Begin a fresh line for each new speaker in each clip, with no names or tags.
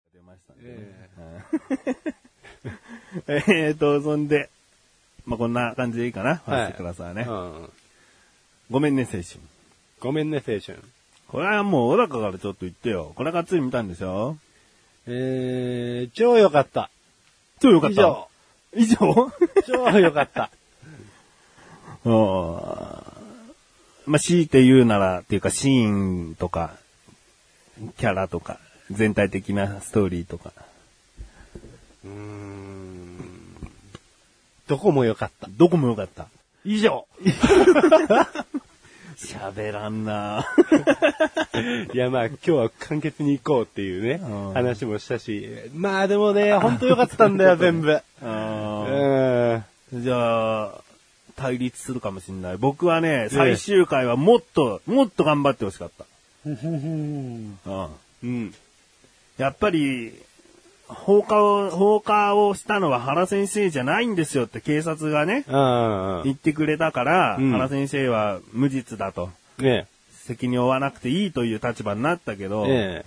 してたんでね。
えーと、そんで、まあ、こんな感じでいいかな。
は
話
い
してくださいね。
うん
ごめんね、青春。
ごめんね、青春。
これはもう、小高からちょっと言ってよ。これがつい見たんでしょ
えー、超良かった。
超よかった。
以
以 上
上。超良かった。
まあ、強いて言うなら、っていうか、シーンとか、キャラとか、全体的なストーリーとか、
うーん。 どこも良かった。
どこもよかった。
以上。
喋らん な
いや、まあ、今日は簡潔に行こうっていうね
うん、
話もしたし。まあ、でもね、本当良かったん だよ、全部。う
あ
ーん。
ーじゃあ、対立するかもしんない。僕はね、最終回はもっと、もっと頑張ってほしかった。うん
うん。
やっぱり、放火を、放火をしたのは原先生じゃないんですよって警察がね、
あ
言ってくれたから、
うん
原先生は無実だと。
あ。ね
責任を負わなくていいという立場になったけど、
え。え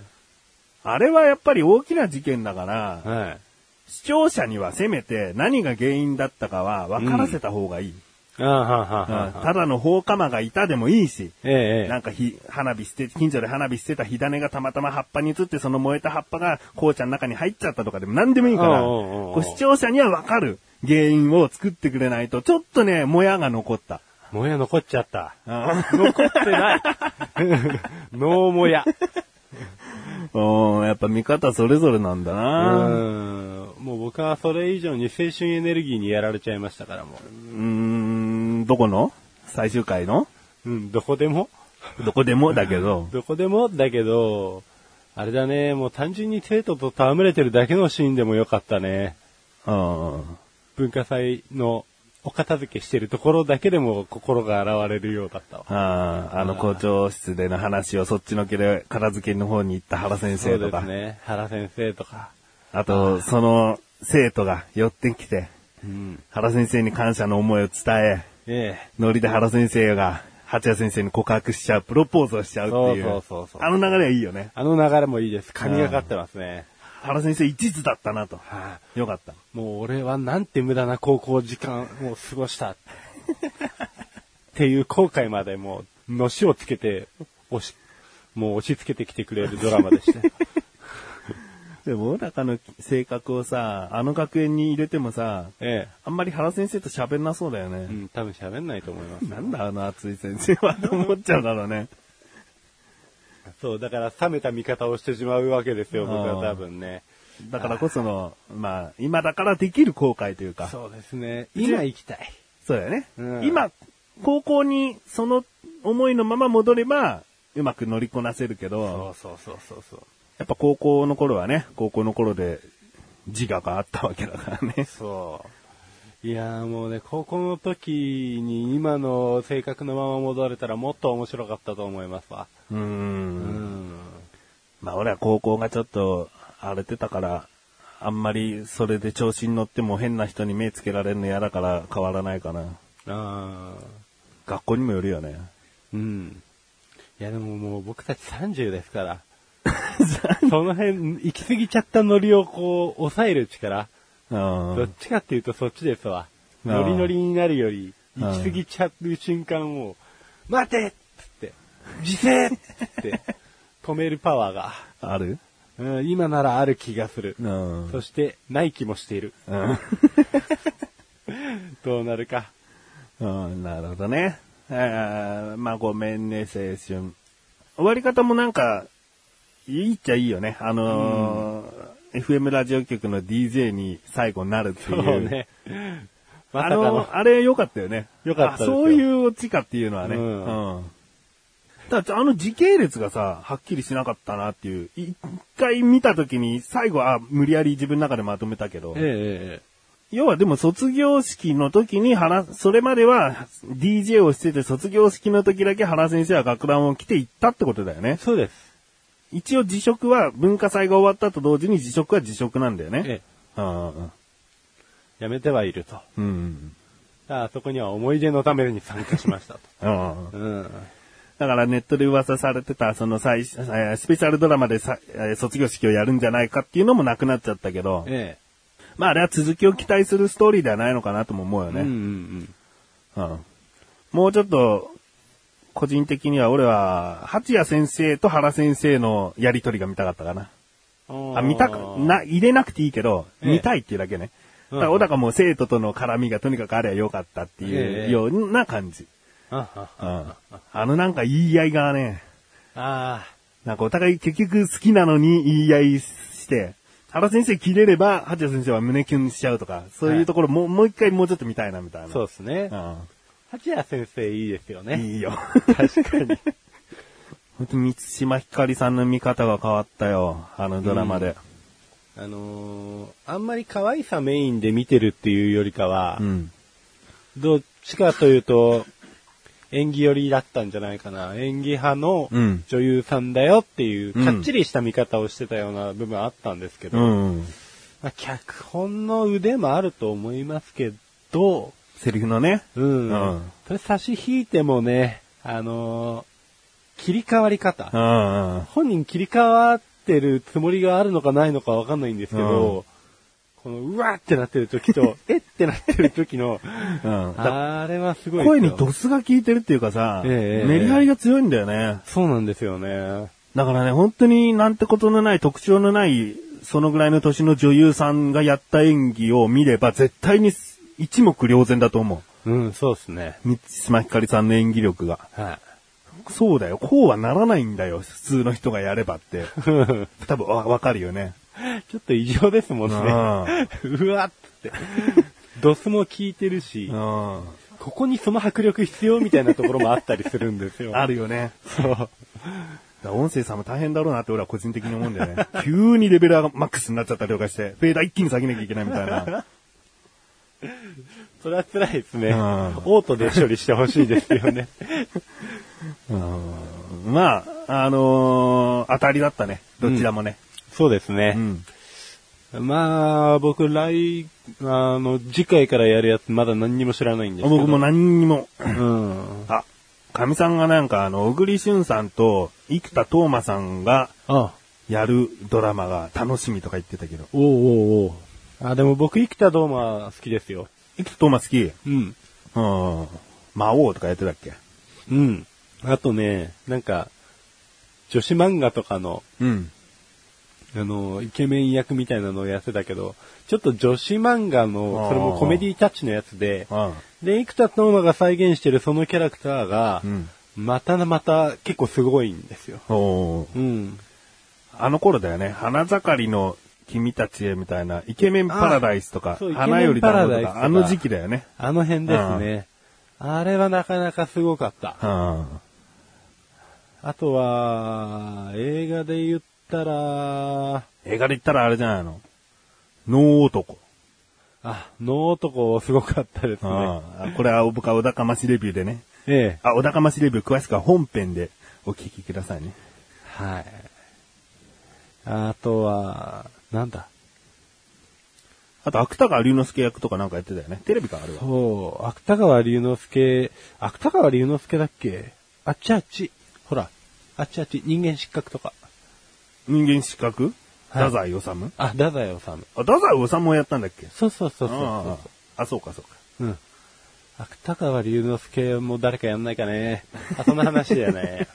あれはやっぱり大きな事件だから
え。、はい。
視聴者にはせめて何が原因だったかは分からせた方がいい。
ああ、はあ、は
うん
あはあ。
ただの放火魔がいたでもいいし、
ええ、ええ。
なんか火、花火して、近所で花火してた火種がたまたま葉っぱに移って、その燃えた葉っぱが紅茶の中に入っちゃったとかでも何でもいいから、
おうおうおうおう
こう視聴者にはわかる原因を作ってくれないと、ちょっとね、もやが残った。
もや残っちゃった。
う
残って ない。 ノーもや。
ん、やっぱ見方それぞれなんだ
う
な
ーん。もう僕はそれ以上に青春エネルギーにやられちゃいましたからも
うーん、どこの最終回の
う。うん、どこでも。
どこでもだけど
どこでもだけど、あれだね、もう単純に生徒と戯れてるだけのシーンでもよかったね。
うん。
文化祭のお片付けしてるところだけでも心が現れるようだったわ。
ああ、あの校長室での話をそっちのけで片付けの方に行った原先
そ
生
うで
とか、
すね。原先生とか。
あと、その生徒が寄ってきて、
うん。
原先生に感謝の思いを伝え、
え
ノリで原先生が、八谷先生に告白しちゃう、プロポーズをしちゃうっていう。
そうそうそうそう
あの流れはいいよね
え。。あの流れもいいです。神がかってますね。
原先生一途だったなと。
はい。
よかった。
もう俺はなんて無駄な高校時間を過ごした。っていう後悔までもう、のしをつけて、押し、もう押し付けてきてくれるドラマで したよ。
でも、小高の性格をさ、あの学園に入れてもさ、
え
あんまり原先生と喋んなそうだよ
え。う
ね。
ん、多分喋んないと思います。
なんだあの熱い先生はと思っちゃうだろうね。
そう、だから冷めた見方をしてしまうわけですよ、僕は多分ね。
だからこその、まあ、今だからできる後悔というか。
そうですね。今行きたい。
そうだよね。
うん
今、高校にその思いのまま戻れば、うまく乗りこなせるけ
そ
ど、
うそうそうそうそう。
やっぱ高校の頃はね、高校の頃で自我があったわけだからね。
そう。いやーもうね、高校の時に今の性格のまま戻れたらもっと面白かったと思いますわ。
うー。
うんん。
まあ俺は高校がちょっと荒れてたから、あんまりそれで調子に乗っても変な人に目つけられるの嫌だから変わらないかな。
ああ。
学校にもよるよね。
うん。いやでももう僕たち30ですから。その辺、行き過ぎちゃったノリをこう、抑える力。
う
どっ
ん。
ちかっていうとそっちですわ。
あー
ノリノリになるより、
うん
行き過ぎちゃう瞬間を、待てっつって、自制っつ って、止めるパワーが、
ある
うん、今ならある気がする。
うん。
そして、ない気もしている。
うん
どうなるか。
うん、なるほどね。あーまあ、ごめんね、青春。終わり方もなんか、いいっちゃいいよね。あのー FM ラジオ局の DJ に最後なるっていう。
そうね。 ま
あ
さかの
の、、あれ良かったよね。
良かったです
あ
よ
そういうオチかっていうのはね。う。
うんん
ただ、あの時系列がさ、はっきりしなかったなっていう。い一回見た時に最後は無理やり自分の中でまとめたけど。
ええええ
要はでも卒業式の時に原、それまでは DJ をしてて卒業式の時だけ原先生は学ランを着て行ったってことだよね。
そうです。
一応辞職は文化祭が終わったと同時に辞職は辞職なんだよ
え
ね。
え
うん
やめてはいると。
うんうん。
あそこには思い出のために参加しましたと。
うんうん。
うん。
だからネットで噂されてた、その最、えースペシャルドラマでさ、えー卒業式をやるんじゃないかっていうのもなくなっちゃったけど、
え
まああれは続きを期待するストーリーではないのかなとも思うよ
え。うんう
ね。
ん
うんもうちょっと、個人的には俺は、八谷先生と原先生のやりとりが見たかったかな。
うん。
あ、見たく、な、入れなくていいけど、
ええ
見たいっていうだけね。
うん
だから小高も生徒との絡みがとにかくあればよかったって
え
い
え
うような感じ。
あああ
うん。あのなんか言い合いがね、
あ
なんかお互い結局好きなのに言い合いして、原先生切れれば、八谷先生は胸キュンしちゃうとか、そういうところも、もう一回もうちょっと見たいなみたいな。
あ、そうですね。
う
八谷先生いいですよ
ん。
ね。
いいよ。
確かに。
本当三島ひかりさんの見方が変わったよ。あのドラマで。
あのーあんまり可愛さメインで見てるっていうよりかは、
うん。
どっちかというと、演技寄りだったんじゃないかな。演技派の
うん
女優さんだよっていう、
うん
かっちりした見方をしてたような部分あったんですけど、
うん。
まあ、脚本の腕もあると思いますけど、
セリフのね。
うん。
うん
それ差し引いてもね、あのー切り替わり方。
うんうん。
本人切り替わってるつもりがあるのかないのかわかんないんですけど、このうわーってなってる 時と、えってなってる時の、
うん。だ
あれはすごいですよ。
声にドスが効いてるっていうかさ、
ええ
メリハリが強いんだよね。
そうなんですよね。
だからね、本当になんてことのない、特徴のない、そのぐらいの年の女優さんがやった演技を見れば、絶対に一目瞭然だと思
うん、そうですね。
う。三島ひかりさんの演技力が。
は
そうだよ、こうはならないんだよ、普通の人がやればって。 多分わわかるよね。
い。ちょっと異常ですもんね。 うわっつって。ドスも効いてるし
う、ん。
ここにその迫力必要みたいなところもあったりするんです よ。
あるよね。
そう。
だから音声さんも大変だろうなって俺は個人的に思うんだよね。 急にレベルがマックスになっちゃったりとかして、フェーダー一気に下げなきゃいけないみたいな。
それは辛いですね。
うん
オートで処理してほしいですよね。
うんまあ、あのー当たりだったね。どちらもね。
そうですね。
うん。
まあ、僕、来、あの、次回からやるやつ、まだ何にも知らないんですけど。
僕も何にも。
うん。
あ、かみさんがなんかあの、小栗旬さんと生田斗真さんが
あ
やるドラマが楽しみとか言ってたけど。
おうおうおうあ、でも僕、生田斗真好きですよ。
生田斗真好き
うん。
うん。魔王とかやってたっけ
うん。あとね、なんか、女子漫画とかの、
うん。
あの、イケメン役みたいなのをやってたけど、ちょっと女子漫画の
あ、ー
それもコメディタッチのやつで、
うん。
で、生田斗真が再現してるそのキャラクターが、
うん
またまた結構すごいんですよ。
おー
うん。
あの頃だよね。花盛りの君たちへみたいな、イケメンパラダイスと
あ
か
そう、
花より団子
イケメンパラダイ
と
スと
か、
か
あの時期だよね。
あの辺ですね。あれはなかなかすごかった。
うん。
あとは、映画で言ったら、
映画で言ったらあれじゃないの。脳男。
あ、の男すごかったです
う
ね。
ん。これは僕は小高ましレビューでね。
ええ。
あ、小高ましレビュー詳しくは本編でお聞きくださいね。
はい。あとは、なんだ。
あと、芥川龍之介役とかなんかやってたよね。テレビか、あれは。
そう、芥川龍之介、芥川龍之介だっけあっちあっち。ほら、あっちあっち、人間失格とか。
人間失格
はい
太宰治あ、
あ、太宰治。
太宰治もやったんだっけ
そうそうそうそ
あ
うそ
ああ、そうか、そうか。
う。うん。芥川龍之介も誰かやんないかね。あ、そんな話だよ ね。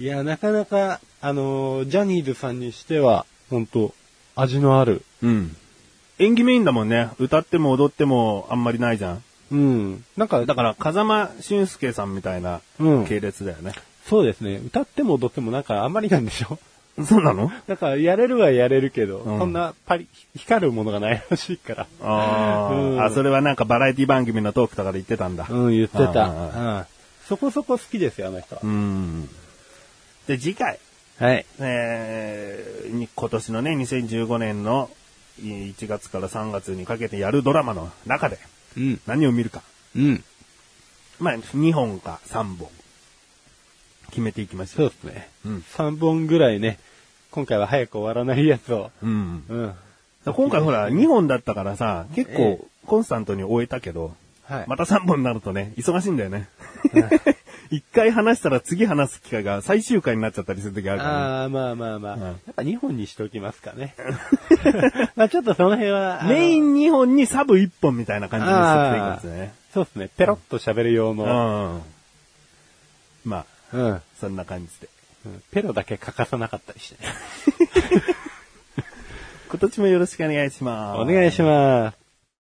いや、なかなか、あのージャニーズさんにしては、本当味のある。
うん。演技メインだもんね。歌っても踊ってもあんまりないじゃん。
うん。なんか、
だから、風間俊介さんみたいな
うん
系列だよね。
そうですね。歌っても踊ってもなんかあんまりなんでしょ
そうなの
だから、やれるはやれるけど、
うん
そんなパリ、光るものがないらしいから。
あー、
うん
あ、それはなんかバラエティ番組のトークとかで言ってたんだ。
うん、言って
あ
た。
ー
うん。そこそこ好きですよ、あの人は
う。ん。で、次回、
はい。
えーに今年のね、2015年の1月から3月にかけてやるドラマの中で
うん。
何を見るか。
うん。
まあ、2本か3本。決めていきまし
そ
ょ
う
う。
ですね。
うん
3本ぐらいね、今回は早く終わらないやつを。
うん。
うん。
今回ほら、2本だったからさ、結
え
構コンスタントに終えたけど、
はい。
また3本になるとね、忙しいんだよね。一回話したら次話す機会が最終回になっちゃったりする時あるか
ああ、まあまあまあ。
うん
やっぱ2本にしておきますか ね。まあちょっとその辺は。あ
ら、
の
ね。メイン2本にサブ1本みたいな感じに
あ
していくんですね。
ーそうですね。ペロッと喋る用
う
の。
ん。まあ、
うん。
そんな感じで。
うんペロだけ欠かさなかったりして。
今年もよろしくお願いします。
お願いします。